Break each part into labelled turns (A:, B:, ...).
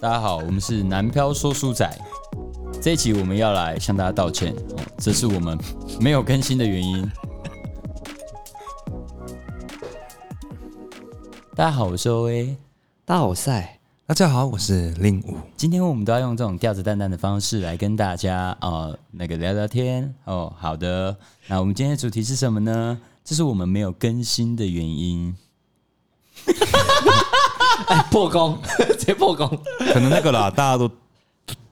A: 大家好，我们是南漂说书仔。这一期我们要来向大家道歉，哦、这是我们没有更新的原因。大家好，我是 OA。
B: 大家好，我是赛。
C: 大家好，我是令武。
A: 今天我们都要用这种吊着蛋蛋的方式来跟大家呃那个聊聊天哦。好的，那我们今天的主题是什么呢？这是我们没有更新的原因。
B: 哎，破功，直接破功。
C: 可能那个啦，大家都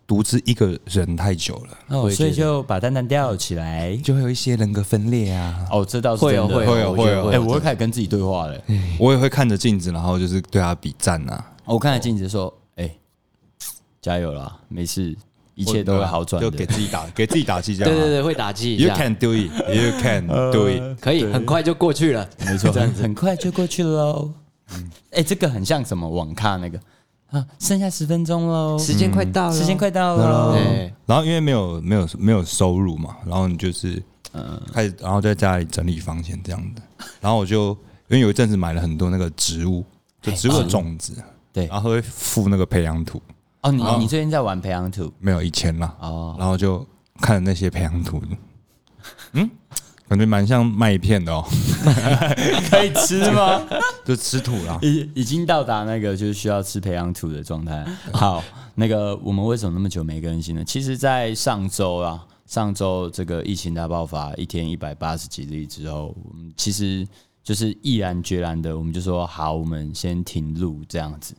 C: 独自一个人太久了，
A: 哦，所以就把蛋蛋吊起来。
C: 就会有一些人格分裂啊。
A: 哦，这倒是
B: 会有
A: 真的
B: 会
C: 会有
B: 我觉得
C: 会有
A: 哎、
B: 有
A: 我会开始跟自己对话嘞。
C: 我也会看着镜子，然后就是对他比赞啊，
A: 我看着镜子说：“哎、加油啦，没事，一
C: 一
A: 切都会好转
C: 啊就
A: 的。
C: 给自己打， 给自己打气这样。
B: 对对对，会打击一
C: You
B: 下，
C: can do it, you can do it。
B: 可以很快就过去了。
A: 没错，很快就过去喽。哎、这个很像什么网咖那个啊，剩下十分钟喽，
B: 时间快到了，
A: 时间快到喽。
B: 对，
C: 然后因为没有没有没有收入嘛，然后你就是嗯开始，然后在家里整理房间这样的。然后我就因为有一阵子买了很多那个植物，就植物的种子，
A: 对
C: 然后会附那个培养土，
A: 哦，你你最近在玩培养土
C: 没有以前啦，
A: 哦？
C: 然后就看了那些培养土，嗯，
A: 嗯
C: 感觉蛮像麦片的哦，
A: 可以吃吗？
C: 就吃土啦。
A: 已已经到达那个就是需要吃培养土的状 态。好，那个我们为什么那么久没更新呢？其实，在上周啊，上周这个疫情大爆发，一天一百八十几例之后，我们其实就是毅然决然的，我们就说好，我们先停录这样子，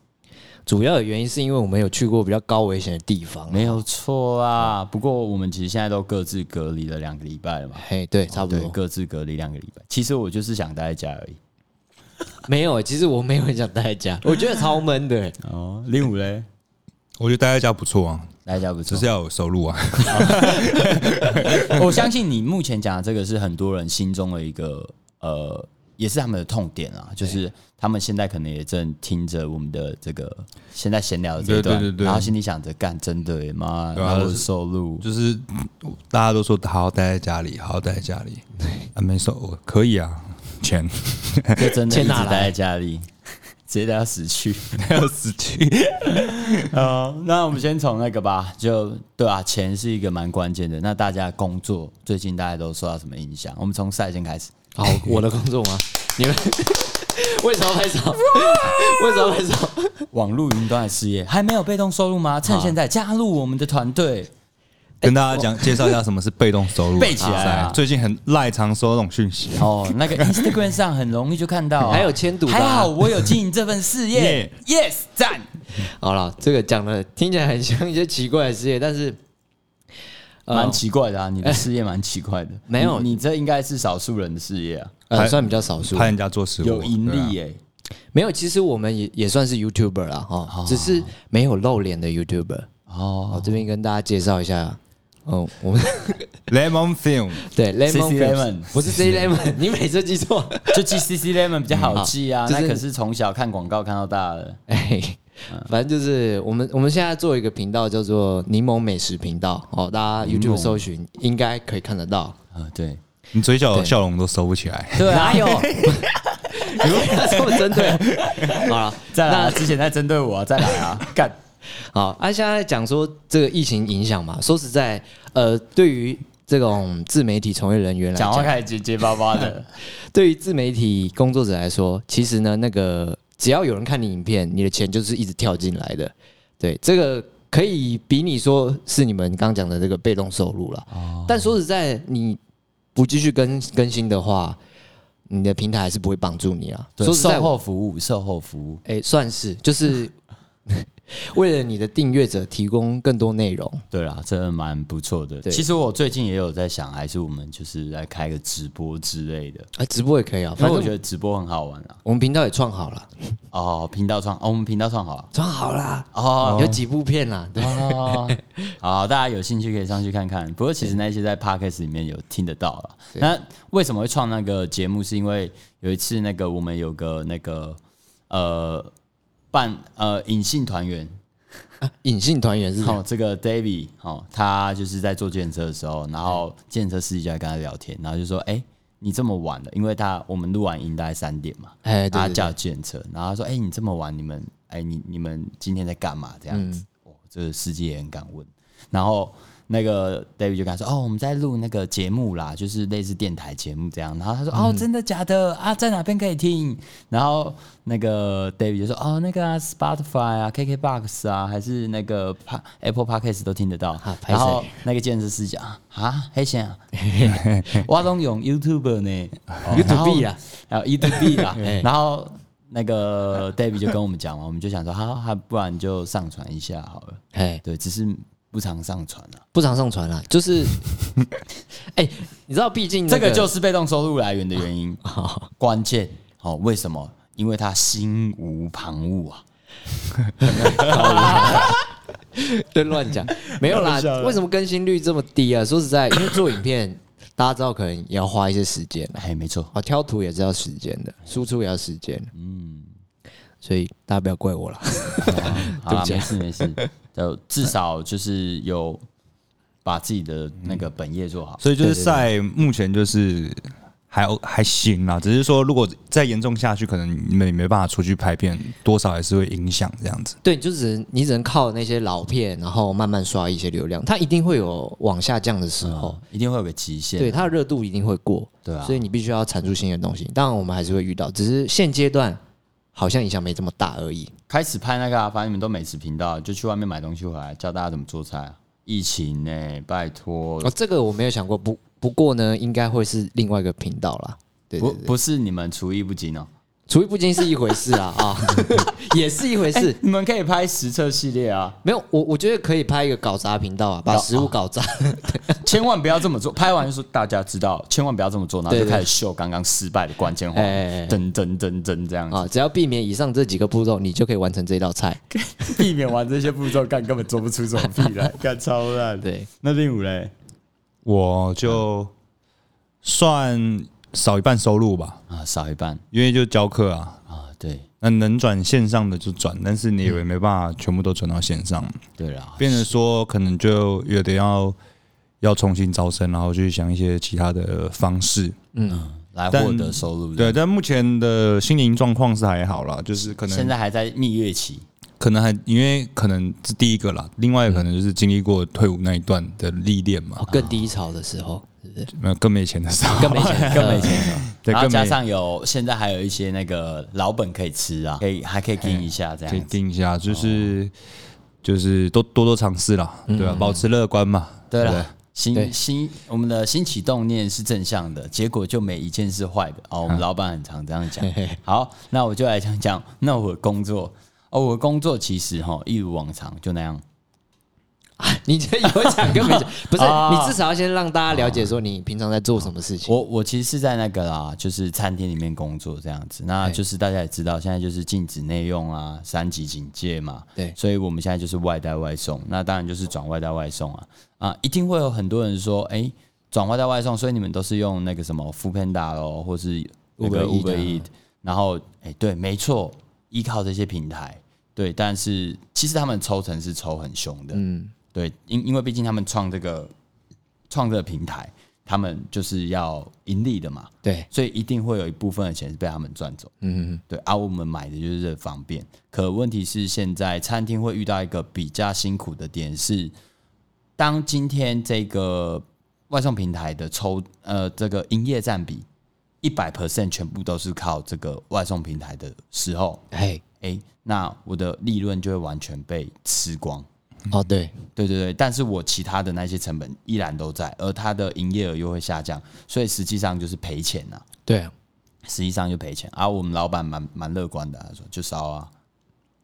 B: 主要的原因是因为我们有去过比较高危险的地方。
A: 没有错啦。不过我们其实现在都各自隔离了两个礼拜了嘛，
B: 嘿，对，差不
A: 对，
B: 多。
A: 各自隔离两个礼拜。其实我就是想待在家而已。
B: 没有，其实我没有很想待在家，我觉得超闷的。
A: 哦，令武嘞，
C: 我觉得待在家不错啊，
A: 待在家不错
C: 只是要有收入啊。
A: 我相信你目前讲的这个是很多人心中的一个呃，也是他们的痛点啊，就是他们现在可能也正听着我们的这个现在闲聊的这一段，
C: 对对对对
A: 然后心里想着干真的耶妈，
C: 对啊
A: 然后
C: 就是
A: 收入
C: 就是大家都说好好待在家里，好好待在家里，啊，没收我可以啊，钱
A: 就真的一直
B: 钱哪来
A: 待在家里， 直接待到死 去。
C: 要死去。
A: 好，那我们先从那个吧，就对啊，钱是一个蛮关键的。那大家工作最近大家都受到什么影响？我们从赛先开始。
B: 好，我的工作吗？你们为什么拍手？为什么拍手？
A: 网络云端的事业还没有被动收入吗？趁现在加入我们的团队。
C: 跟大家讲介绍一下什么是被动收入，
A: 背起来啊
C: 哇塞最近很赖常收这种讯息啊，
A: 哦， 那个 Instagram 上很容易就看到啊、
B: 还有千赌吧
A: 还好我有经营这份事 业，yes 赞。
B: 好了，这个讲的听起来很像一些奇怪的事业，但是呃
A: 蛮奇怪的啊，你的事业蛮奇怪的。
B: 没有
A: 你你这应该是少数人的事业啊，
B: 呃
C: 还
B: 算比较少数
C: 拍。人家做食物
A: 有盈利
C: 对啊
A: 耶、
B: 没有，其实我们也也算是 YouTuber 啦，哈，只是没有露脸的 YouTuber。
A: 哦，
B: 好，这边跟大家介绍一下，哦，我们
C: 啊，Lemon Film，
B: 对 Lemon
A: CC
B: Films
A: Lemon
B: 不是 C Lemon，你每次记错。
A: 就记 CC Lemon 比较好记啊，
B: 嗯好
A: 那
B: 就是
A: 可是从小看广告看到大的。
B: 哎，反正就是我们我们现在做一个频道叫做柠檬美食频道，哦，大家 YouTube 搜寻应该可以看得到。
A: 啊、对，
C: 你嘴角
B: 呃对
C: 的笑容都收不起来，
A: 对啊，
B: 哪有？你为什 么这么针对？好了，
A: 再来、啊，
B: 那
A: 之前在针对我、啊，再来啊， 干。
B: 好，啊，现在讲说这个疫情影响嘛，说实在，呃，对于这种自媒体从业人员来
A: 讲话
B: 讲，
A: 开始结结巴巴的，
B: 对于自媒体工作者来说，其实呢，那个只要有人看你影片，你的钱就是一直跳进来的。对，这个可以比你说是你们刚讲的这个被动收入了。但说实在，你不继续更更新的话，你的平台还是不会帮助你啊。
A: 对
B: 说实在
A: 售，后服务，售后服务，
B: 哎、算是就是 为了你的订阅者提供更多内容。
A: 对啦，真的蛮不错的。
B: 对
A: 其实我最近也有在想，还是我们就是来开个直播之类的。
B: 啊，直播也可以啊，
A: 因
B: 反
A: 为
B: 正
A: 我
B: 我
A: 觉
B: 觉得
A: 得直播很好玩啊。
B: 我们频道也创好了，
A: 哦，频道创，哦，我们频道创好了。
B: 创好啦，
A: 哦，
B: 有几部片啦，对，
A: 哦， 好，大家有兴趣可以上去看看。不过其实那些在 podcast 里面有听得到了。那为什么会创那个节目？是因为有一次那个我们有个那个呃办呃隐性团员，
B: 隐性团员是
A: 哦，这个 David 哦，他就是在做健车的时候，然后健车司机就来跟他聊天，然后就说：“哎、你这么晚了，因为他我们录完音大概三点嘛，
B: 哎，对
A: 他
B: 对对
A: 叫检测，然后他说：“哎、你这么晚，你们哎、你你们今天在干嘛？”这样
B: 嗯
A: 子，哦，这个司机也很敢问。然后那个 David 就跟他说：“哦，我们在录那个节目啦，就是类似电台节目这样。”然后他说：“
B: 嗯
A: 哦，真的假的啊？在哪边可以听？”然后那个 David 就说：“哦，那个啊，Spotify 啊，KKBox 啊，还是那个 Pa- Apple Podcast 都听得到。
B: 啊拍
A: 然
B: 谁
A: 后那个建设司机啊，啊，黑险啊， 我都用 YouTube 呢
B: ，YouTube 啦，
A: 还有 E to B 啦，然后那个 David 就跟我们讲嘛，我们就想说，好，还不然就上传一下好了。
B: 哎，
A: 对，只是不常上传啊，
B: 不常上传啦，就是 哎，你知道，毕竟那
A: 这个就是被动收入来源的原 因，关键哦，为什么？因为他心无旁骛 啊，
B: 对乱 讲，没有啦
A: 开玩笑。的
B: 为什么更新率这么低啊？说实在，因为做影片，大家知道可能也要花一些时间啦，
A: 哎，没错，
B: 哦，挑图也是要时间的，输出也要时间，嗯，所以大家不要怪我了。
A: 好啦，
B: 对
A: 没
B: 不啊
A: 事没事， 就至少就是有把自己的那个本业做好。
C: 所以就是赛目前就是还还行啦，只是说如果再严重下去，可能你们也没办法出去拍片，多少还是会影响这样子。
B: 对，你就只能你只能靠那些老片，然后慢慢刷一些流量，它一定会有往下降的时候。
A: 哦，一定会有个极限，
B: 对它的热度一定会过，
A: 对啊
B: 所以你必须要产出新的东西。当然，我们还是会遇到，只是现阶段好像影响没这么大而已。
A: 开始拍那个、啊，反正你们都美食频道，就去外面买东西回来，教大家怎么做菜啊。疫情呢、拜托
B: 哦，，这个我没有想过，不不过呢，应该会是另外一个频道啦。对
A: 不
B: 对对，
A: 不是你们厨艺不精哦、
B: 厨艺不精是一回事啊 啊，也是一回事。
A: 你们可以拍实测系列 啊，
B: 没有，我我觉得可以拍一个搞砸频道啊，
A: 哦
B: 把食物搞砸。
A: 千万不要这么做。拍完就说大家知道，千万不要这么做，然后就
B: 对对
A: 开始秀刚刚失败的关键话，
B: 哎哎哎
A: 噔噔噔噔这样子，
B: 啊，只要避免以上这几个步骤，你就可以完成这道菜。
A: 避免完这些步骤，干根本做不出这种屁来， 干超烂。
B: 对，
A: 那令武嘞，
C: 我就算少一半收入吧，
A: 啊，少一半
C: 因为就教课啊，
A: 啊，对
C: 那能转线上的就转，但是你也没办法全部都转到线上，
A: 对啦，
C: 变成说可能就有点要要重新招生，然后去想一些其他的方式。
A: 来
C: 但
A: 获得收入的。
C: 对，但目前的心灵状况是还好啦，就是可能
A: 现在还在蜜月期，
C: 可能还因为可能是第一个啦，另
A: 嗯
C: 外可能就是经历过退伍那一段的历练嘛
B: 哦，，更低潮的时 候，
C: 那更没钱的时候，
B: 更没钱，
A: 更没钱了。
C: 对，
A: 呃然后
C: 更
A: 加
C: 没
A: 上有现在还有一些那个老本可以吃啊，可以还可以盯一下这
C: 可
A: 样
C: 以
A: 子。哦
C: 定一下，就是就是多多多尝试啦，对吧？保持乐观嘛，
A: 嗯对
C: 不对
A: 了，心
B: 对
A: 心我们的兴起动念是正向的，结果就每一件是坏的哦。我们老板很常这样讲。好，那我就来讲讲那我的工作哦，我的工作其实哈一如往常就那样。
B: 你这有讲跟没 讲，不是
A: 啊哦
B: 你至少要先让大家了解说你平常在做什么事情。
A: 我我其实是在那个啦，就是餐厅里面工作这样子。那就是大家也知道，现在就是禁止内用啊，三级警戒嘛。
B: 对
A: 所以我们现在就是外带外送。那当然就是转外带外送啊啊，一定会有很多人说，哎、转外带外送，所以你们都是用那个什么 f o o Panda 咯，或是那个
B: Uber
A: Uber
B: Eats 啊
A: Eat，然后哎、对，没错，依靠这些平台，对，但是其实他们抽成是抽很凶的，
B: 嗯，
A: 对，因因为毕竟他们创这个创这个平台，他们就是要盈利的嘛，
B: 对，
A: 所以一定会有一部分的钱是被他们赚走。
B: 嗯嗯
A: 对，而、我们买的就是这方便。可问题是，现在餐厅会遇到一个比较辛苦的点是，当今天这个外送平台的抽呃这个营业占比一百 percent 全部都是靠这个外送平台的时候，
B: 嗯，嘿，
A: 诶，那我的利润就会完全被吃光。
B: 哦对，
A: 对对对，但是我其他的那些成本依然都在，而它的营业额又会下降，所以实际上就是赔钱呐、
B: 对啊，
A: 实际上就赔钱。啊，我们老板蛮蛮乐观的、他说就烧啊，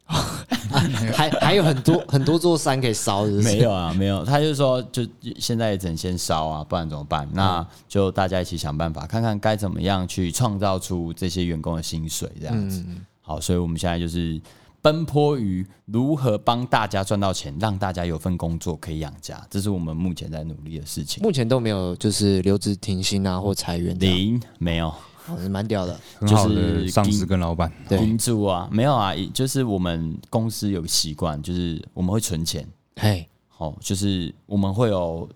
B: 还还有很多很多座山可以烧，是不是
A: 没有啊，没有，他就说就现在也只能先烧啊，不然怎么办？那就大家一起想办法，看看该怎么样去创造出这些员工的薪水这样子。好，所以我们现在就是奔波于如何帮大家赚到钱，让大家有份工作可以养家，这是我们目前在努力的事情。
B: 目前都没有就是留职停薪啊或裁员的，
A: 零没有。
B: 哦，是蛮屌的。
C: 很好
A: 就是
C: 的上司
A: 盯
C: 跟老板，
B: 对
A: 银主啊，没有啊，就是我们公司哦有个习惯，就是我们会存钱，
B: 嘿，
A: 好、就是我们会有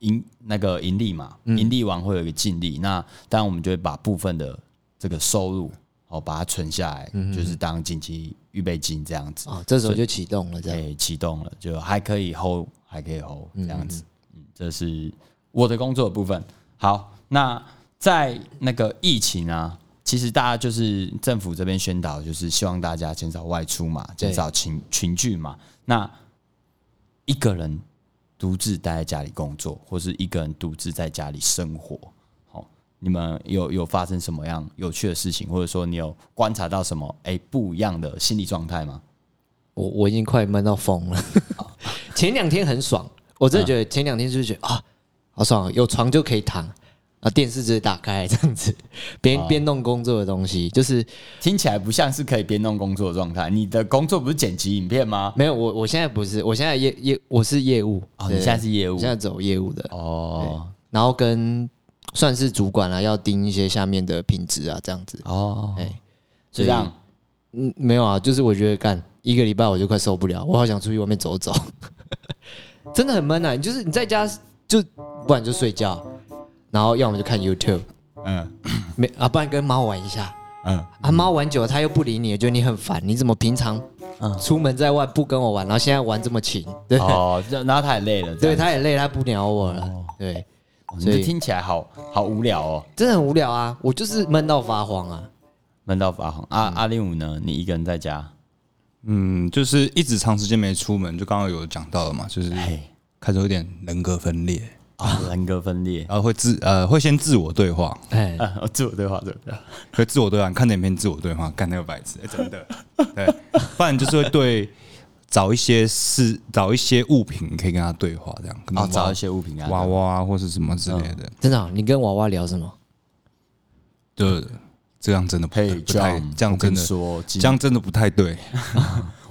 A: 盈那个盈利嘛，盈利完会有一个净利，那当然我们就会把部分的这个收入哦把它存下来，就是当紧急预备金这样子，
B: 啊，这时候就启动了，这样。
A: 哎，启动了，就还可以 hold，还可以 hold 这样子。嗯，这是我的工作的部分。好，那在那个疫情啊，其实大家就是政府这边宣导，就是希望大家减少外出嘛，减少群群聚嘛。那一个人独自待在家里工作，或是一个人独自在家里生活，好，你们有有发生什么样有趣的事情，或者说你有观察到什么哎、不一样的心理状态吗？
B: 我我已经快闷到疯了。
A: 哦
B: 前两天很爽，我真的觉得前两天就是觉得啊，好爽哦，有床就可以躺啊，电视直接打开这样子，
A: 哦
B: 边边弄工作的东西，就是
A: 听起来不像是可以边弄工作的状态。你的工作不是剪辑影片吗？
B: 没有我我现在不是，我现在业业我是业务
A: 哦，
B: 对
A: 你现在是业务
B: 我现在走业务的，
A: 哦
B: 然后跟算是主管啦、啊要盯一些下面的品质啊，这样子。
A: 哦，
B: 哎，
A: 这样
B: 嗯，没有啊，就是我觉得干一个礼拜我就快受不了，我好想出去外面走走， 真的很闷啊！就是你在家就不然就睡觉，然后要么就看 YouTube，
A: 嗯
B: 没啊，不然跟猫玩一下
A: 嗯，
B: 啊，猫玩久了它又不理你，觉得你很烦，你怎么平常
A: 嗯
B: 出门在外不跟我玩，然后现在玩这么勤？对、
A: 哦，这然后他也累了，这
B: 对，
A: 样
B: 它也累，它不鸟我了，对，
A: 哦你
B: 所以
A: 这听起来好好无聊哦，
B: 真的很无聊啊，我就是闷到发慌啊。
A: 闷到发红。啊阿阿令武呢？你一个人在家，
C: 嗯，就是一直长时间没出门，就刚刚有讲到了嘛，就是
A: 哎，
C: 开始有点人格分裂，
A: 啊，人格分裂，
C: 然后会自呃会先自我对话，
B: 哎，
A: 啊，我自我对话对不对？
C: 会自我对话，看那片自我对话，干那个白痴，哎真的，对，不然就是会对找一些事，找一些物品可以跟他对话，这样，可能
A: 哦，
C: 娃
A: 找一些物品啊，
C: 娃娃啊或是什么之类
A: 嗯
C: 的，
B: 真的哦、你跟娃娃聊什么？
C: 就这样真的不
A: 嘿，
C: 不太
A: John，
C: 这样
A: 我跟
C: 真
A: 你
C: 的
A: 说，今
C: 这样真的不太对，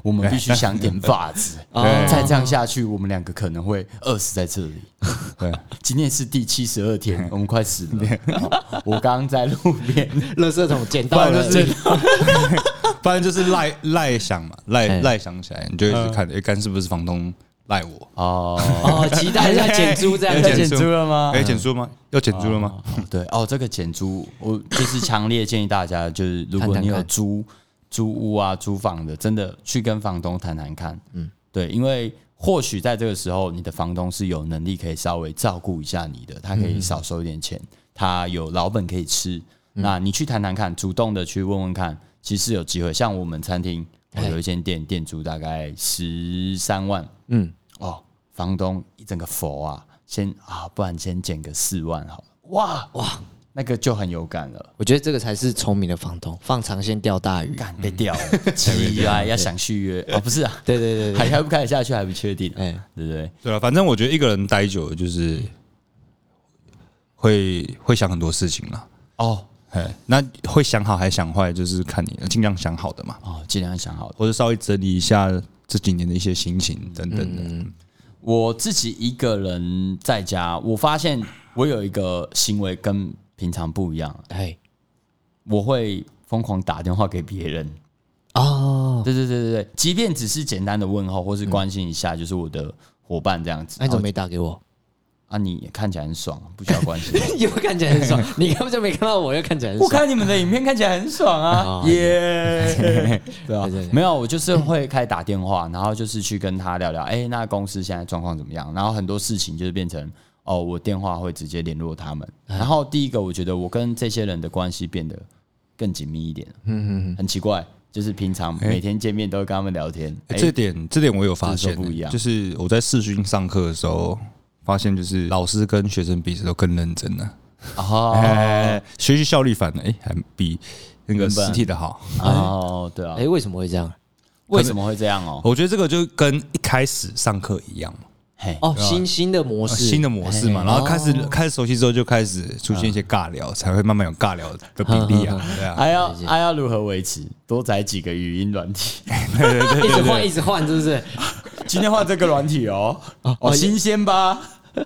A: 我们必须想点法 子，
B: 对
A: 再这样下去，我们两个可能会饿死在这里。
C: 对，
A: 今天是第七十二天，我们快死了。好我刚刚在路边，
B: 垃圾桶捡
C: 不
B: 到
C: 然
B: 了，
C: 就是不然就是赖 赖想嘛，
B: 哎
C: 赖赖想起来，你就一直
A: 嗯
C: 看，哎，干是不是房东赖我？
A: 哦，
B: 哦，期待一下捡猪这样
C: 要
A: 要
C: 剪
B: 子。
A: 剪猪了吗？
C: 哎，减租吗？要减租了吗？
A: 嗯哦 对哦，这个减租，我就是强烈建议大家，就是如果你有租租屋啊、租房的，真的去跟房东谈谈看。嗯，对，因为或许在这个时候，你的房东是有能力可以稍微照顾一下你的，他可
B: 嗯
A: 以少收一点钱，他有老本可以吃。
B: 嗯
A: 那你去谈谈看，主动的去问问看，其实有机会。像我们餐厅，我
B: 哎
A: 有一间店，店租大概十三万，
B: 嗯，
A: 哦，房东一整个佛啊，先啊，不然先减个四万好了。哇哇，那个就很有感了，
B: 我觉得这个才是聪明的房东，放长线钓大鱼。
A: 干被掉了，起来要想续约哦，不是啊，
B: 对对对对，
A: 还开不开得下去还不确定，
B: 哎、
A: 对不对？
C: 对啊，反正我觉得一个人待久了就是会会想很多事情啦。
A: 哦
C: 哎，那会想好还想坏，就是看你尽量想好的嘛，
A: 哦，尽量想好了。
C: 或者稍微整理一下这几年的一些心情等等的。
A: 嗯我自己一个人在家，我发现我有一个行为跟平常不一样，
B: 哎，
A: 我会疯狂打电话给别人。
B: 哦，
A: 对对对对对，即便只是简单的问候或是关心一下，就是我的伙伴这样子。哦
B: 那你怎么没打给我？
A: 啊，你也看起来很爽，啊不需要关 心。
B: 又看起来很爽， 你根本就没看到我，又看起来很
A: 我
B: 爽。
A: 看你们的影片看起来很爽 啊
B: 哦，
A: 耶！ 对啊
B: 对对对，
A: 没有，我就是会开始打电话，然后就是去跟他聊聊，哎，那公司现在状况怎么样？然后很多事情就是变成哦，我电话会直接联络他们。然后第一个，我觉得我跟这些人的关系变得更紧密一点，
B: 嗯嗯，
A: 很奇怪，就是平常每天见面都会跟他们聊天，
C: 哎
A: 哎，
C: 这点这点我有发
A: 这
C: 现、
A: 是不一样
C: 就是我在视讯上课的时候，发现就是老师跟学生彼此都更认真了，
A: 哦
C: 哎、学习效率反而哎、还比那个
A: 原本
C: 实体的好。
A: 哦，对啊
B: 哎、，为什么会这样？
A: 为什么会这样哦？
C: 我觉得这个就跟一开始上课一样嘛，
A: 嘿，
B: 哦，新新的模式，
C: 啊新的模式嘛，
B: 哎
C: 然后开始、
B: 哦
C: 开始熟悉之后，就开始出现一些尬聊，
A: 嗯
C: 才会慢慢有尬聊的比例 啊，对啊，
A: 还要还要如何维持？多载几个语音软体。
B: 一直换一直换，是不是？
A: 今天换这个软体哦， 哦，新鲜吧？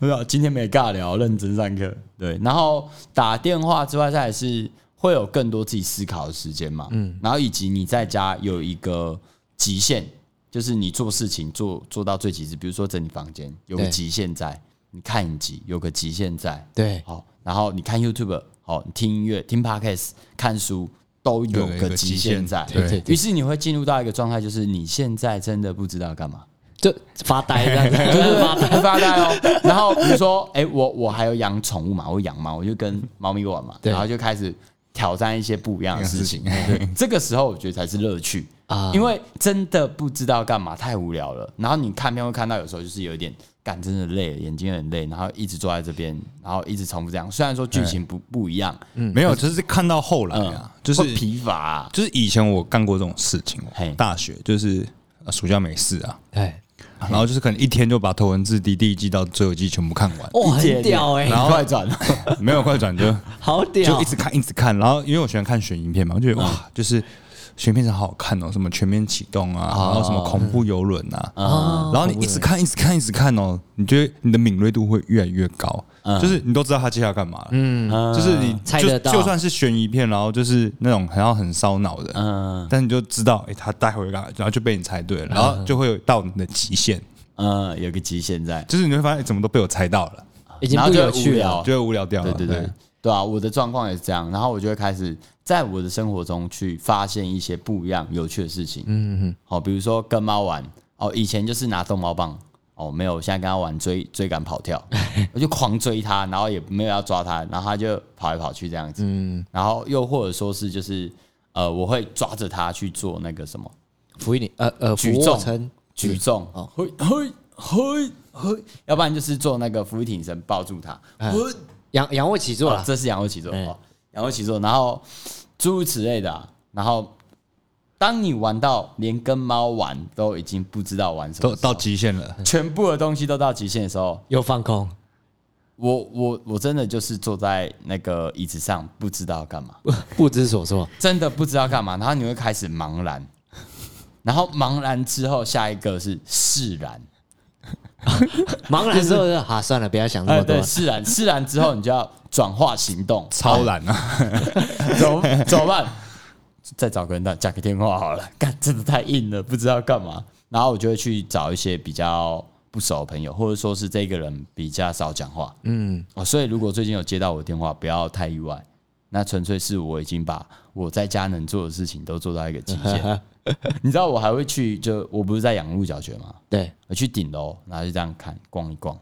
A: 没有，今天没尬聊，认真上课。对，然后打电话之外，再来是会有更多自己思考的时间嘛。嗯，然后以及你在家有一个极限，就是你做事情做做到最极致，比如说整理房间有个
B: 对
A: 极限在，你看影集有个极限在，
B: 对，
A: 好，然后你看 YouTube，好，你听音乐、听 Podcast、看书都有
C: 有一
A: 个
C: 个
A: 极
C: 极
A: 限
C: 限
A: 在，
C: 对
B: 对
A: 于
B: 对，
A: 是你会进入到一个状态，就是你现在真的不知道干嘛，
B: 就发呆这样子，
A: 就是 发呆 发呆哦。然后比如说，哎、我我还有养宠物嘛，我养猫，我就跟猫咪玩嘛，
B: 对
A: 然后就开始挑战一些不一样的事情。对这个时候我觉得才是乐趣
B: 啊
A: 因为真的不知道干嘛，太无聊了。然后你看片会看到有时候就是有一点。干真的累了，眼睛很累，然后一直坐在这边，然后一直重复这样。虽然说剧情不不一样，
B: 嗯
C: 没有，就是看到后来啊，就是
A: 会疲乏啊、
C: 就是以前我干过这种事情
A: 嘿，
C: 大学就是呃暑假没事啊，
B: 哎，
C: 然后就是可能一天就把《头文字 D》第一季到最后一季全部看完，
B: 哇，
A: 一
B: 很
A: 点点
B: 屌哎，
A: 然后快转了，
C: 没有快转就
B: 好屌
C: 就一，直看一直看，然后因为我喜欢看悬疑片嘛，我觉得哇，就是悬疑片真好好看哦，什么全面启动啊，然后什么恐怖游轮啊，
B: 哦
C: 然后你一直看一直看一直看哦，你觉得你的敏锐度会越来越高，就是你都知道他接下来干嘛了，嗯，就是你
B: 猜
C: 就
B: 得到
C: 就算是悬疑片，然后就是那种很要很烧脑的，
A: 嗯
C: 但你就知道，哎、他待会儿干嘛，然后就被你猜对了，然后就会有到你的极限，
A: 嗯，有个极限在，
C: 就是你会发现、诶哎怎么都被我猜到了，
B: 已经
A: 然后
B: 不
A: 就
B: 有
A: 会
B: 趣
A: 无
B: 了
A: 聊，
C: 就会无聊掉
A: 对
C: 了。
A: 哦对对，对啊，我的状况也是这样，然后我就会开始在我的生活中去发现一些不一样、有趣的事情。嗯嗯，好，比如说跟猫玩，哦，以前就是拿逗猫棒，哦，没有，我现在跟它玩追追赶跑 跳，我就狂追它，然后也没有要抓它，然后它就跑来跑去这样子。嗯，然后又或者说是就是呃，我会抓着它去做那个什么
B: 服你呃呃，俯
A: 举
B: 卧
A: 重
B: 撑，
A: 举重，嘿嘿嘿嘿，要不然就是做那个俯挺身抱住它，嘿
B: 仰仰卧起坐
A: 哦
B: 啦，
A: 这是仰卧起坐，
B: 哎
A: 哦仰卧起坐，然后诸如此类的啊、然后当你玩到连跟猫玩都已经不知道玩什么
C: 都
A: 的时候，
C: 到极限了，
A: 全部的东西都到极限的时候，
B: 又放空，
A: 我我我真的就是坐在那个椅子上，不知道干嘛，
B: 不不知所措，
A: 真的不知道干嘛，然后你会开始茫然，然后茫然之后，下一个是释然。
B: 茫然之后就啊，算了，不要想那
A: 哎，
B: 么多
A: 对，，释然，释然之后，你就要转化行动，
C: 超懒啊！
A: 走走办？再找个人打打个电话好了。干，真的太硬了，不知道干嘛。然后我就会去找一些比较不熟的朋友，或者说是这个人比较少讲话。嗯，哦，所以如果最近有接到我的电话，不要太意外。那纯粹是我已经把我在家能做的事情都做到一个极限。你知道我还会去，就我不是在养鹿角蕨吗？
B: 对，
A: 我去顶楼，然后就这样看逛一逛，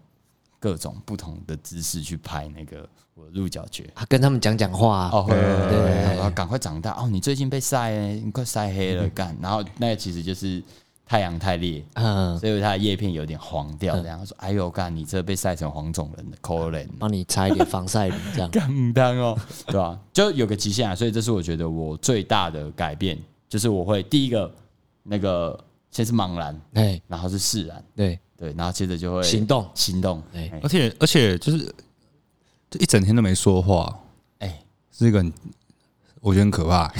A: 各种不同的姿势去拍那个我的鹿角蕨。
B: 啊跟他们讲讲话啊，
A: 哦，会会会会
B: 对
A: 会然后赶快长大哦！你最近被晒欸，你快晒黑了，干。然后那其实就是太阳太烈，
B: 嗯，
A: 所以它的叶片有点黄掉。然后说：“哎呦，干，你这被晒成黄种人了，可 怜。，
B: 帮你擦一点防晒乳这样
A: 干唔当哦， 对吧、就有个极限啊，所以这是我觉得我最大的改变，就是我会第一个那个先是茫然，
B: 哎，
A: 然后是释然，
B: 对，
A: 对，然后接着就会
B: 行动
A: 行动。
B: 哎
A: 哎
C: 而且而且就是就一整天都没说话，
A: 哎，
C: 是一个很我觉得很可怕。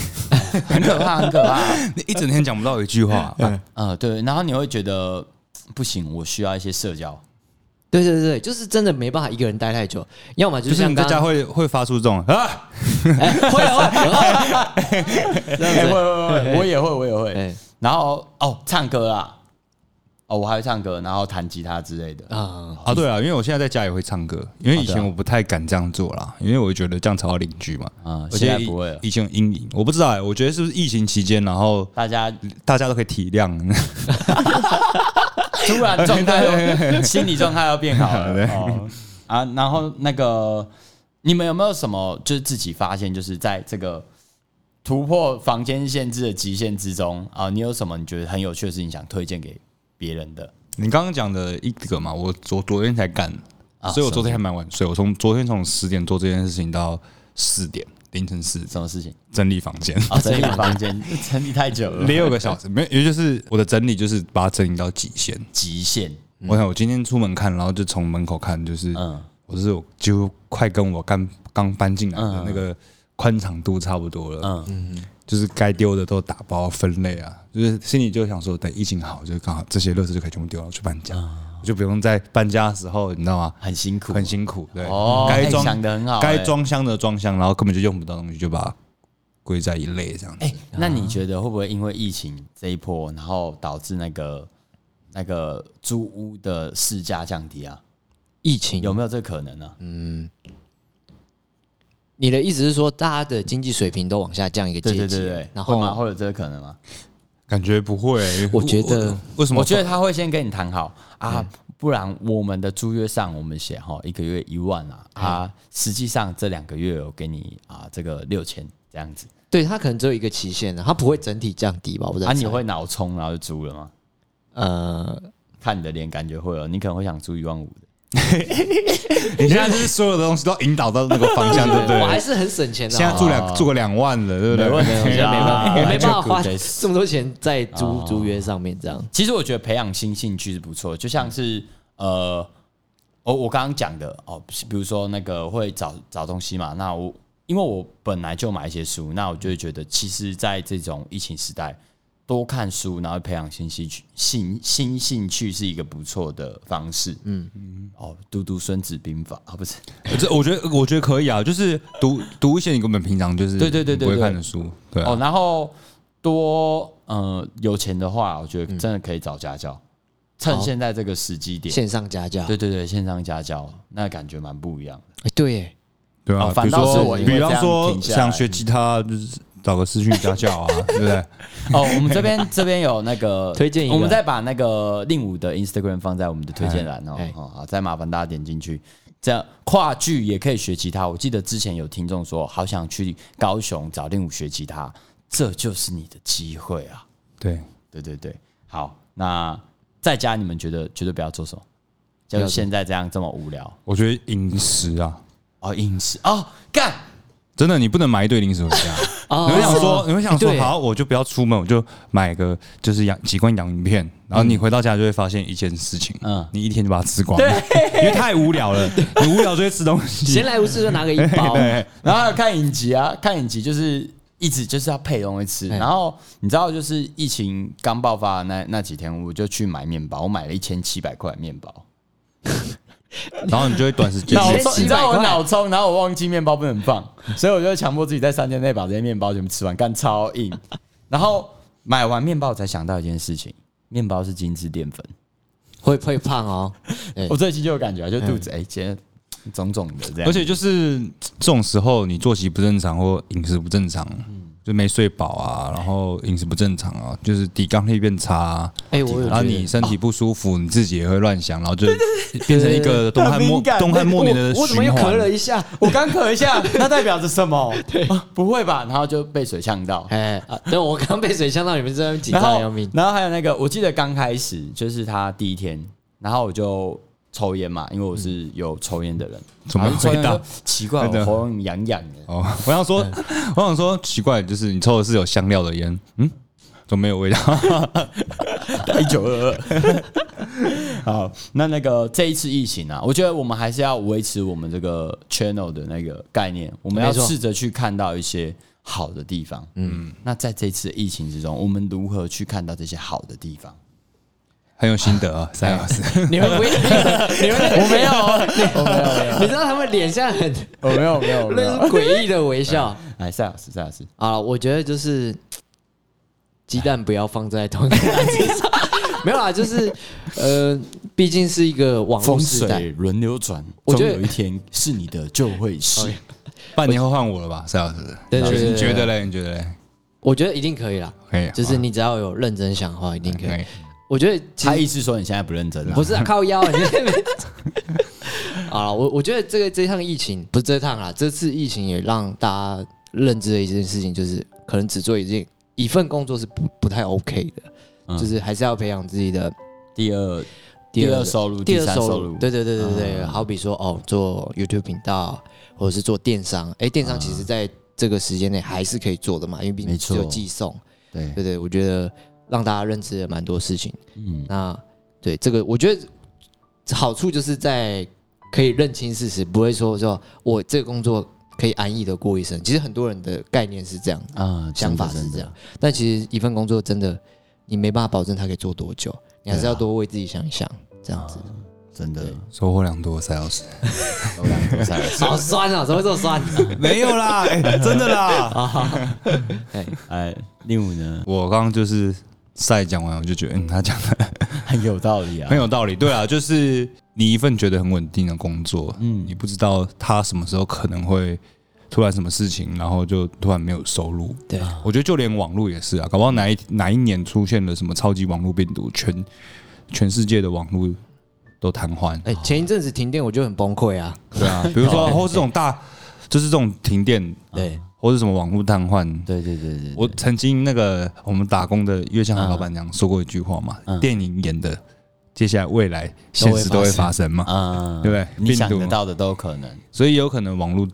A: 很可怕，很可怕。
C: 你一整天讲不到一句话，啊
A: 呃，对，然后你会觉得不行，我需要一些社交。
B: 对对对，就是真的没办法一个人待太久，要么就
C: 就是是
B: 像
C: 你在
B: 刚
C: 家
B: 刚
C: 会会发出这
A: 嗯
C: 种啊，
B: 哎会
A: 哎会会会，
B: 会会这样子，
A: 我也会，我也会。
B: 哎
A: 然后哦，唱歌啊，哦，我还会唱歌，然后弹吉他之类的。
B: 啊，
C: 啊，对啊，因为我现在在家也会唱歌，因为以前我不太敢这样做啦，因为我觉得这样吵到邻居嘛。
A: 啊
C: 而且
A: 现在
C: 以
A: 不会了
C: 以前有阴影，我不知道哎、我觉得是不是疫情期间，然后
A: 大家
C: 大家都可以体谅。
A: 突然状态又心理状态要变好了
C: 对
A: 哦啊。然后那个，你们有没有什么就是自己发现，就是在这个突破房间限制的极限之中啊，你有什么你觉得很有趣的事情想推荐给别人的？
C: 你刚刚讲的一个嘛，我昨昨天才干，
A: 啊
C: 所以我昨天还蛮晚睡，我从昨天从十点做这件事情到四点，凌晨四点
A: 什么事情？
C: 整理房间。
A: 啊，整理房 间，整理太久了，
C: 六个小时，没有，也就是我的整理就是把它整理到极限。
A: 极限。
C: 我想我今天出门看，然后就从门口看，就是
A: 嗯
C: 我是我几乎快跟我刚刚搬进来的那个宽敞度差不多了，
A: 嗯，
C: 就是该丢的都打包分类啊，就是心里就想说，等疫情好，就刚好这些垃圾就可以全部丢了去搬家，我就不用在搬家的时候，你知道吗？
A: 很辛嗯苦，
C: 很辛苦，对
A: 哦，
C: 该
A: 哎
C: 装
A: 想得很好
C: 该
A: 哎
C: 装箱的装箱，然后根本就用不到的东西，就把它归在一类这样子。
A: 哎、那你觉得会不会因为疫情这一波，然后导致那个那个租屋的市价降低啊？
B: 疫情
A: 有没有这可能呢、啊？
B: 你的意思是说，大家的经济水平都往下降一个
A: 对
B: 阶
A: 对
B: 级，
A: 对对，
B: 然
A: 会吗？
B: 后
A: 会有这个可能吗？
C: 感觉不会、
B: 我觉得
C: 为什么？
A: 我觉得他会先跟你谈好啊，不然我们的租约上我们写哈一个月一万啊啊，实际上这两个月有给你啊这个六千这样子
B: 对他可能只有一个期限的，他不会整体降低吧？我在
A: 啊，
B: 猜
A: 你会脑冲然后就租了吗？
B: 呃，
A: 看你的脸，感觉会有，你可能会想租一万五的。
C: 你现在就是所有的东西都引导到那个 方向，对不
B: 我还
C: 对？
B: 是很省钱的
C: 现在
B: 啊，
C: 住两住个两万了，对不对？
A: 没问题
B: 我觉得没办
A: 啊
B: 法，我没办法花
A: Good days
B: 这么多钱在租租约上面这样。
A: 其实我觉得培养新兴趣是不错，就像是呃，哦，我刚刚讲的哦，比如说那个会找找东西嘛，那我因为我本来就买一些书，那我就会觉得，其实，在这种疫情时代，多看书，然后培养新兴趣、新新兴趣是一个不错的方式。嗯嗯，哦，读读《孙子兵法》啊，不是，
C: 这我觉得我觉得可以啊，就是读读一些你根本平常就是
A: 对对对对对
C: 不会看的书，对啊
A: 哦，然后多呃有钱的话，我觉得真的可以找家教，趁
B: 好
A: 现在这个时机点。
B: 线上家教，
A: 对对对，线上家教那感觉蛮不一样的。
B: 哎对耶，
C: 对啊
A: 哦。反倒是
C: 比如说
A: 我因为
C: 比
A: 这
C: 方
A: 样
C: 说
A: 停下来
C: 想学吉他，就是找个私训家教啊，对不对？
A: 哦，我们这边 这边有那个
B: 推荐一个
A: 我们再把那个令武的 Instagram 放在我们的推荐栏哦
B: 哎。
A: 哦好，再麻烦大家点进去。这样跨剧也可以学吉他。我记得之前有听众说，好想去高雄找令武学吉他，这就是你的机会啊！
C: 对，
A: 对对对，好，那在家你们觉得绝对不要做什么？就
B: 不要
A: 是
B: 做
A: 现在这样这么无聊
C: 我觉得饮食啊，
A: 哦，饮食哦，干
C: 真的你不能买一堆零食回家。
B: 哦哎
C: 你会想说，你会想说，
B: 对
C: 好，我就不要出门，我就买个就是养几罐洋芋片，然后你回到家就会发现一件事情，
A: 嗯
C: 嗯，你一天就把它吃光了，因为太无 聊了，你无聊就会吃东西
B: 闲。来无事就拿个一包，
C: 对，
A: 然后还有看影集啊，看影集就是一直就是要配东西吃。
B: 哎
A: 然后你知道，就是疫情刚爆发的那那几天，我就去买面包，我买了一千七百块面包。
C: 然后你就会短时间
A: 脑充，
B: 1700块
A: 你知道我脑充，然后我忘记面包不能放，所以我就强迫自己在三天内把这些面包全部吃完，干超硬。然后买完面包我才想到一件事情，面包是精致淀粉。
B: 会会胖哦。对
A: 我最近就有感觉啊，就肚子哎，今天肿肿的这样。
C: 而且就是这种时候，你作息不正常或饮食不正常，
B: 嗯
C: 就没睡饱啊，然后饮食不正常啊，就是抵抗力变差、啊，
B: 哎，我有
C: 然后
B: 觉得
C: 你身体不舒服，你自己也会乱想，然后就变成一个东汉
A: 很
C: 末
A: 敏感
C: 东汉末年的
B: 我我怎么又
C: 循
B: 咳了
C: 环。
B: 一下？
A: 我刚咳一下，那代表着什么？对、不会吧？然后就被水呛到，
B: 哎，啊对，我刚被水呛到，你们这边紧
A: 然
B: 张
A: 后
B: 得要命。
A: 然后还有那个，我记得刚开始就是他第一天，然后我就抽烟嘛，因为我是有抽烟的人，
C: 怎么
A: 然后就抽烟
C: 回答
A: 就奇怪，
C: 真的
A: 我喉咙痒痒的。
C: 哦，我想说，我想说，奇怪，就是你抽的是有香料的烟，嗯，怎么没有味 道？
A: 一九二二。 好，那那个这一次疫情啊，我觉得我们还是要维持我们这个 channel 的那个概念，我们要
B: 没错
A: 试着去看到一些好的地方。嗯，那在这次疫情之中，我们如何去看到这些好的地方？
C: 很有心 得啊，三老师。
B: 你们 不要，你们
A: 我没有，啊我没有，
B: 你知道他们脸上很
A: 我哦没有，我没有，我没 有。
B: 那是诡异的微笑
A: 哎，赛老师，赛老师，
B: 啊！我觉得就是鸡蛋不要放在同一个篮子上， 没有啦，就是呃，毕竟是一个网络
A: 风
B: 时代，
A: 水轮流转，
B: 我
A: 总
B: 觉得
A: 有一天是你的就会是。
C: 半年后换我了吧，赛老师。
B: 对对对对
C: 你觉得嘞？你觉得嘞？
B: 我觉得一定可以啦。
C: 可以，啊
B: 就是你只要有认真想的话，一定可
C: 可
A: 哎
B: 以。
C: 以。
B: 我觉得 其
A: 他
B: 实
A: 意思说你现在不认真了
B: 不，是 啊，靠腰啊！你在那边 好了，我我觉得这个这趟疫情不是这趟啦，这次疫情也让大家认知的一件事情，就是可能只做一件一份工作是不不太 OK 的，
A: 嗯
B: 就是还是要培养自己的
A: 第二第二收入，
B: 第
A: 第
B: 二
A: 三
B: 收
A: 收
B: 入
A: 入，，嗯
B: 对对对对对，好比说哦，做 YouTube 频道或者是做电商，哎，电商其实在这个时间内还是可以做的嘛，因为毕
A: 嗯
B: 竟
A: 没
B: 只
A: 错
B: 有寄送，
A: 对
B: 对对，我觉得让大家认知了蛮多事情。
A: 嗯，
B: 那对这个，我觉得好处就是在可以认清事实，不会说说我这个工作可以安逸的过一生。其实很多人的概念是这样，
A: 啊，
B: 想法
A: 真的
B: 是这，
A: 真
B: 样
A: 的，
B: 但其实一份工作真的你没办法保证它可以做多久，你还是
A: 对啊哦
B: 要多为自己想一想，这样子。
A: 真的
B: 对
C: 收获良多，赛老 师。
A: 都两个赛老师
B: 好酸啊！怎么会这么酸？
C: 没有啦， 哎真的啦。
A: 哎，令武呢？
C: 我刚刚就是赛讲完，我就觉得，嗯，他讲的
A: 很有道理啊
C: 很。有道理。对啊，就是你一份觉得很稳定的工作，嗯，你不知道他什么时候可能会突然什么事情，然后就突然没有收入。啊
B: 对，
C: 我觉得就连网络也是啊，搞不好哪一哪一年出现了什么超级网络病毒，全全世界的网络都瘫痪。
B: 哎，前一阵子停电我就很崩溃啊。
C: 对啊，比如说或是这种大，就是这种停电，
A: 嗯
B: 对，
C: 或是什么网络瘫痪。
A: 对对对对，
C: 我曾经那个我们打工的月相行老板娘说过一句话嘛，
A: 嗯
C: 电影演的，接下来未来现实都会发生嘛，
A: 啊，
C: 对不对？
A: 你想
C: 病
A: 得
C: 毒嘛
A: 到的都有可能。
C: 所以有可能网络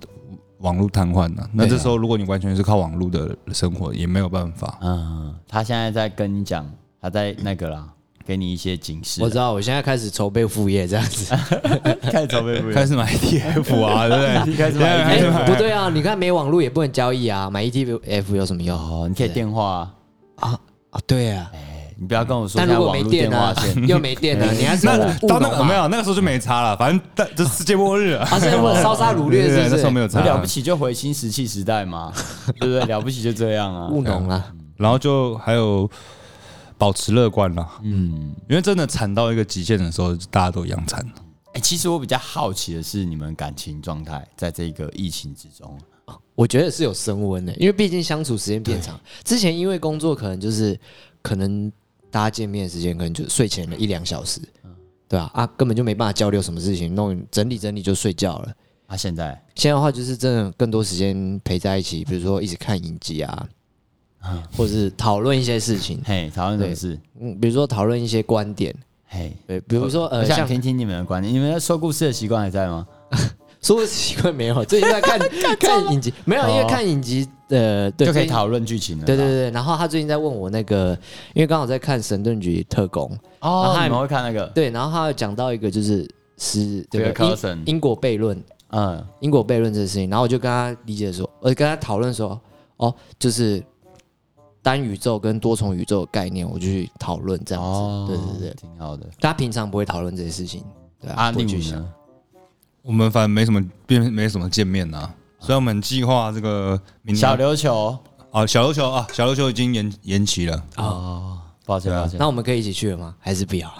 C: 网络瘫痪了。那这
A: 啊
C: 时候如果你完全是靠网络的生活，也没有办法。
A: 嗯，他现在在跟你讲，他在那个啦，给你一些警示啊。
B: 我知道，我现在开始筹备副业这样子。
A: 太早被不
C: 开始买 ETF 啊，对不对？
A: 开始买
C: 现
B: 哎
C: 在开始，买
B: 不对啊，你看没网络也不能交易啊，买 ETF 有什么用
A: 哦，你可以电话啊，
B: 啊？对啊，
A: 你不要跟我说
B: 但
A: 现
B: 如
A: 在
B: 果
A: 网
B: 没
A: 络
B: 电啊
A: 电话
B: 呢
A: 线，，
B: 又没电呢，你还是
C: 那
B: 务
C: 到
A: 啊
B: 农
C: 那个
B: 嘛
C: 没有，那个时候就没差了，反正但这世界末日 了。
B: 啊，是我烧杀掳掠
C: 对对对
B: 是
C: 那时候
B: 不
C: 没
B: 是？
C: 有
A: 我
C: 差，
A: 了不起就回新石器时代嘛，对不对？了不起就这样啊。
B: 务农啊，
C: 然后就还有保持乐观啦，嗯，因为真的惨到一个极限的时候，大家都一样惨。
A: 哎，其实我比较好奇的是你们感情状态在这个疫情之中，
B: 我觉得是有升温的，因为毕竟相处时间变长。之前因为工作，可能就是可能大家见面的时间可能就睡前的一两小时，对啊，啊，根本就没办法交流什么事情，弄整理整理就睡觉了。
A: 啊，现在
B: 现在的话就是真的更多时间陪在一起，比如说一起看影集啊，或者是讨论一些事情，
A: 嘿，讨论什么事？
B: 嗯，比如说讨论一些观点，
A: 嘿，
B: 对，比如说
A: 我
B: 呃，
A: 想
B: 像
A: 听听你们的观点，你们说故事的习惯还在吗？
B: 说的习惯没有，最 近在看看影集，没有，因为
A: 哦
B: 看影集，呃，对，
A: 就可以
B: 最近
A: 讨论剧情了啦。
B: 对对对，然后他最近在问我那个，因为刚好在看《神盾局特工》，然
A: 哦
B: 后，还
A: 你们会看那个？
B: 对，然后他有讲到一个就是是这
A: Bill
B: 个
A: Carlson
B: 因因果悖论，
A: 嗯，
B: 因果悖论这个事情，然后我就跟他理解说，我就跟他讨论说，哦，就是单宇宙跟多重宇宙的概念，我就去讨论这样子，
A: 哦，
B: 对对对，
A: 挺好的。
B: 他平常不会讨论这些事情，对啊，
A: 阿
B: 不会
A: 令
B: 去想，
A: 呢？
C: 我们反正没什么变，没什么见面呐、所以我们计划这个明年
A: 小琉球
C: 啊，小琉球啊，小琉球已经延延期了。
A: 哦，抱歉
C: 对啊
A: 抱歉
B: 那，我们可以一起去了吗？还是不 要？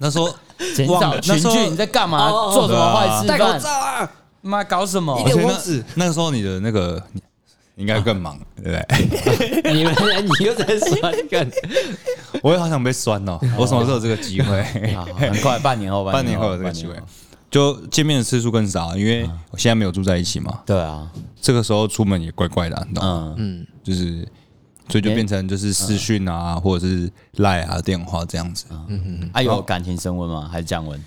C: 那时候
A: 减
C: 忘
A: 少
C: 了
A: 群
C: 那时候
A: 聚，你在干嘛
B: 哦哦？
A: 做什么坏事？
B: 戴口罩啊！
A: 妈搞什么
B: 一？
C: 而
B: 定
C: 且
B: 忘记
C: 那那时候你的那个你应该更忙，对不对？
B: 你们你又在 说一个，
C: 我也好想被酸哦，我什么时候有这个机会？
A: 好啊很快，半年后，
C: 半年后有这个机会，就见面的次数更少，因为我现在没有住在一起嘛。
A: 对啊，
C: 这个时候出门也怪怪的啊，你懂吗？
A: 嗯，
C: 就是所
A: 哎
C: 以就变成就是视讯啊，或者是赖啊电话这样子。
A: 啊有感情升温吗？还是降温？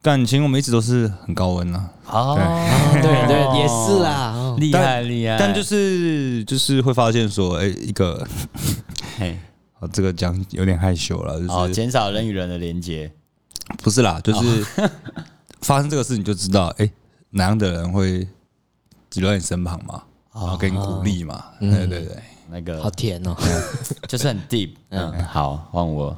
C: 感情我们一直都是很高温啊，
A: 哦，
B: 对对，也是，啦，哦
A: 厉害厉害，
C: 但就是就是会发现说，哎、一个
A: 嘿，
C: 啊这个讲有点害羞了，就
A: 哦，
C: 是、
A: 减少人与人的连接，
C: 不是啦，就是 发生这个事你就知道，哎、哪样的人会挤到你身旁嘛，
A: 哦
C: 然后给你鼓励嘛，
A: 嗯
C: 对对对。
A: 那个
B: 好甜哦。
A: 就是很 deep。嗯，好，换我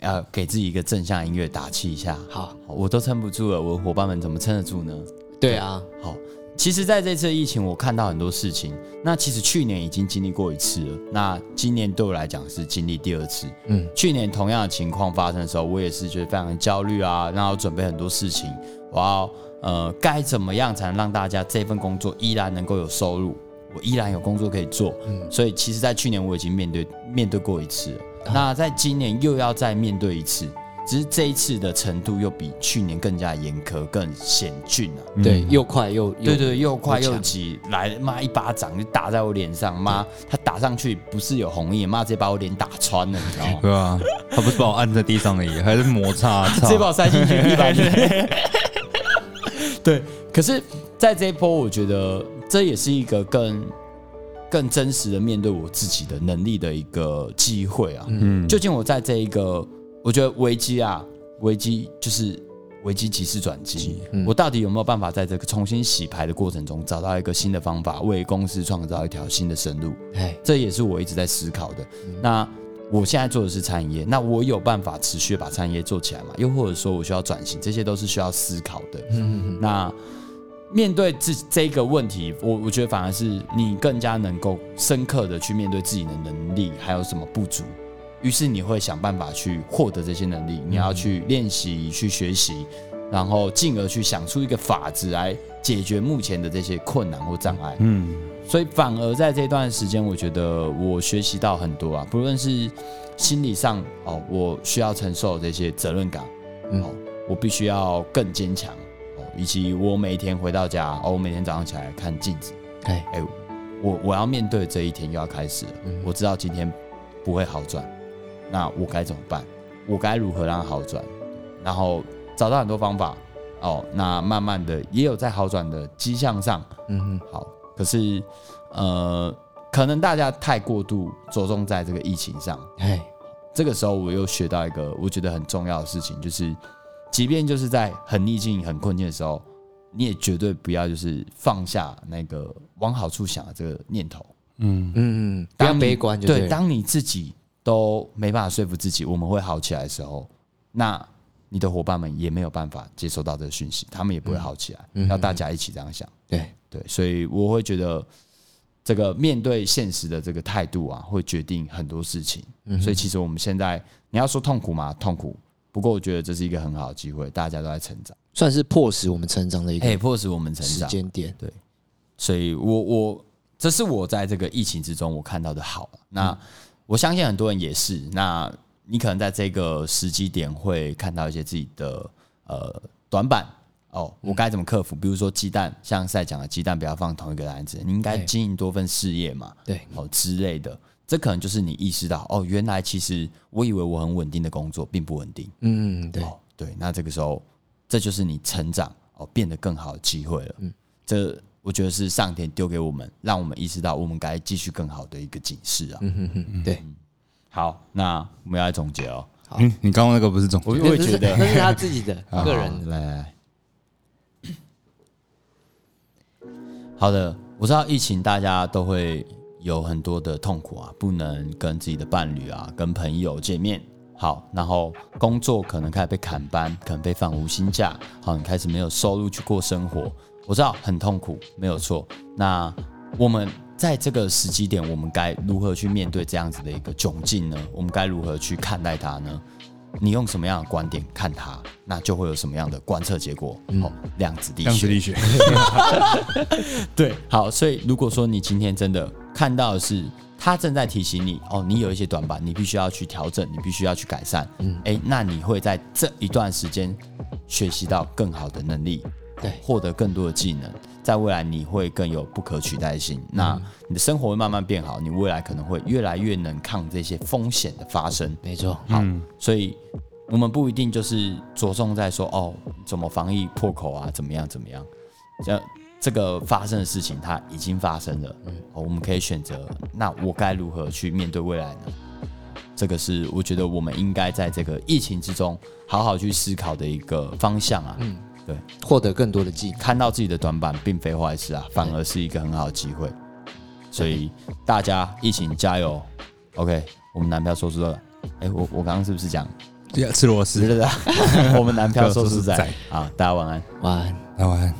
A: 要给自己一个正向音乐打气一下。
B: 好，
A: 我都撑不住了，我的伙伴们怎么撑得住呢？
B: 对啊，
A: 好，其实在这次疫情，我看到很多事情。那其实去年已经经历过一次了，那今年对我来讲是经历第二次。嗯，去年同样的情况发生的时候，我也是觉得非常的焦虑啊，然后准备很多事情，我要呃该怎么样才能让大家这份工作依然能够有收入，我依然有工作可以做。所以其实，在去年我已经面对面对过一次了，那在今年又要再面对一次。只是这一次的程度又比去年更加严苛、更险峻啊！
B: 嗯对，又快又又
A: 对对，又快又
B: 强
A: 急，来妈一巴掌就打在我脸上，妈他打上去不是有红印，妈直接把我脸打穿了，你知道吗？
C: 对啊，他不是把我按在地上而已，还是摩擦，
A: 直
C: 操
A: 接把我塞进 去一百里。 对，可是在这一波，我觉得这也是一个更更真实的面对我自己的能力的一个机会啊。嗯，究竟我在这一个，我觉得危机啊，危机就是危机即是转机。我到底有没有办法在这个重新洗牌的过程中，找到一个新的方法，为公司创造一条新的生路？
B: 哎，
A: 这也是我一直在思考的。那我现在做的是餐饮业，那我有办法持续地把餐饮业做起来吗？又或者说我需要转型，这些都是需要思考的。那面对自这个问题，我我觉得反而是你更加能够深刻的去面对自己的能力，还有什么不足，于是你会想办法去获得这些能力，你要去练习、去学习，然后进而去想出一个法子来解决目前的这些困难或障碍。
C: 嗯，
A: 所以反而在这段时间，我觉得我学习到很多啊，不论是心理上哦，我需要承受这些责任感，
B: 嗯
A: 哦，我必须要更坚强哦，以及我每一天回到家哦，我每天早上起来看镜子，
B: 哎，
A: 哎，我我要面对这一天又要开始了，
B: 嗯
A: 我知道今天不会好转，那我该怎么办？我该如何让它好转？然后找到很多方法哦，那慢慢的也有在好转的迹象上，
B: 嗯哼，
A: 好，可是呃，可能大家太过度着重在这个疫情上，
B: 哎，
A: 这个时候我又学到一个我觉得很重要的事情，就是即便就是在很逆境、很困境的时候，你也绝对不要就是放下那个往好处想的这个念头，
B: 嗯嗯，不要
A: 当你
B: 悲观就
A: 对，
B: 了
A: 当你自己都没办法说服自己我们会好起来的时候，那你的伙伴们也没有办法接收到这个讯息，他们也不会好起来。
B: 嗯
A: 要大家一起这样想。
B: 对，
A: 对，所以我会觉得这个面对现实的这个态度啊，会决定很多事情。
B: 嗯
A: 所以其实我们现在你要说痛苦嘛，痛苦。不过我觉得这是一个很好的机会，大家都在成长，
B: 算是迫使我们成长的一
A: 哎、
B: 个
A: 迫使我们成
B: 时
A: 长。
B: 间点。
A: 所以我我这是我在这个疫情之中我看到的好啊那、
B: 嗯
A: 我相信很多人也是。那你可能在这个时机点会看到一些自己的呃短板哦，
B: 嗯
A: 我该怎么克服？比如说鸡蛋，像赛讲的鸡蛋不要放同一个篮子，你应该
B: 对
A: 经营多份事业嘛，
B: 对，
A: 哦之类的。这可能就是你意识到哦，原来其实我以为我很稳定的工作并不稳定。
B: 嗯，对，
A: 哦，对，那这个时候这就是你成长哦，变得更好的机会了。嗯，这我觉得是上天丢给我们，让我们意识到我们该继续更好的一个警示啊。
B: 嗯哼哼，对，
A: 好，那我们要来总结哦。
C: 嗯，你刚刚那个不是总结，
A: 我也觉
B: 那
A: 得
B: 是他自 己的个人
A: 好
B: 的，
A: 啊来来来，好的，我知道疫情大家都会有很多的痛苦啊，不能跟自己的伴侣啊、跟朋友见面。好，然后工作可能开始被砍班，可能被放无薪假，好，你开始没有收入去过生活，我知道很痛苦，没有错。那我们在这个时机点，我们该如何去面对这样子的一个窘境呢？我们该如何去看待它呢？你用什么样的观点看它，那就会有什么样的观测结果。好，量子力
C: 量
A: 学
C: 子，力学，
A: 对，好，所以如果说你今天真的看到的是他正在提醒你，哦，你有一些短板，你必须要去调整，你必须要去改善，嗯，哎，那你会在这一段时间学习到更好的能力，
B: 对
A: 获得更多的技能，在未来你会更有不可取代性，那你的生活会慢慢变好，你未来可能会越来越能抗这些风险的发生，
B: 没错，
A: 好，所以我们不一定就是着重在说哦，怎么防疫破口啊，怎么样怎么样，这这个发生的事情它已经发生了，哦，我们可以选择，那我该如何去面对未来呢？这个是我觉得我们应该在这个疫情之中好好去思考的一个方向啊。嗯，对，
B: 获得更多的技能。
A: 看到自己的短板并非坏事啊，反而是一个很好的机会。所以大家疫情加油！OK，我们男票说出了，哎、我我刚刚是不是讲
C: 吃螺丝，
A: 是的，我们男票说是在
C: 在
A: 啊，大家晚安。
B: 晚安。
C: 那晚安。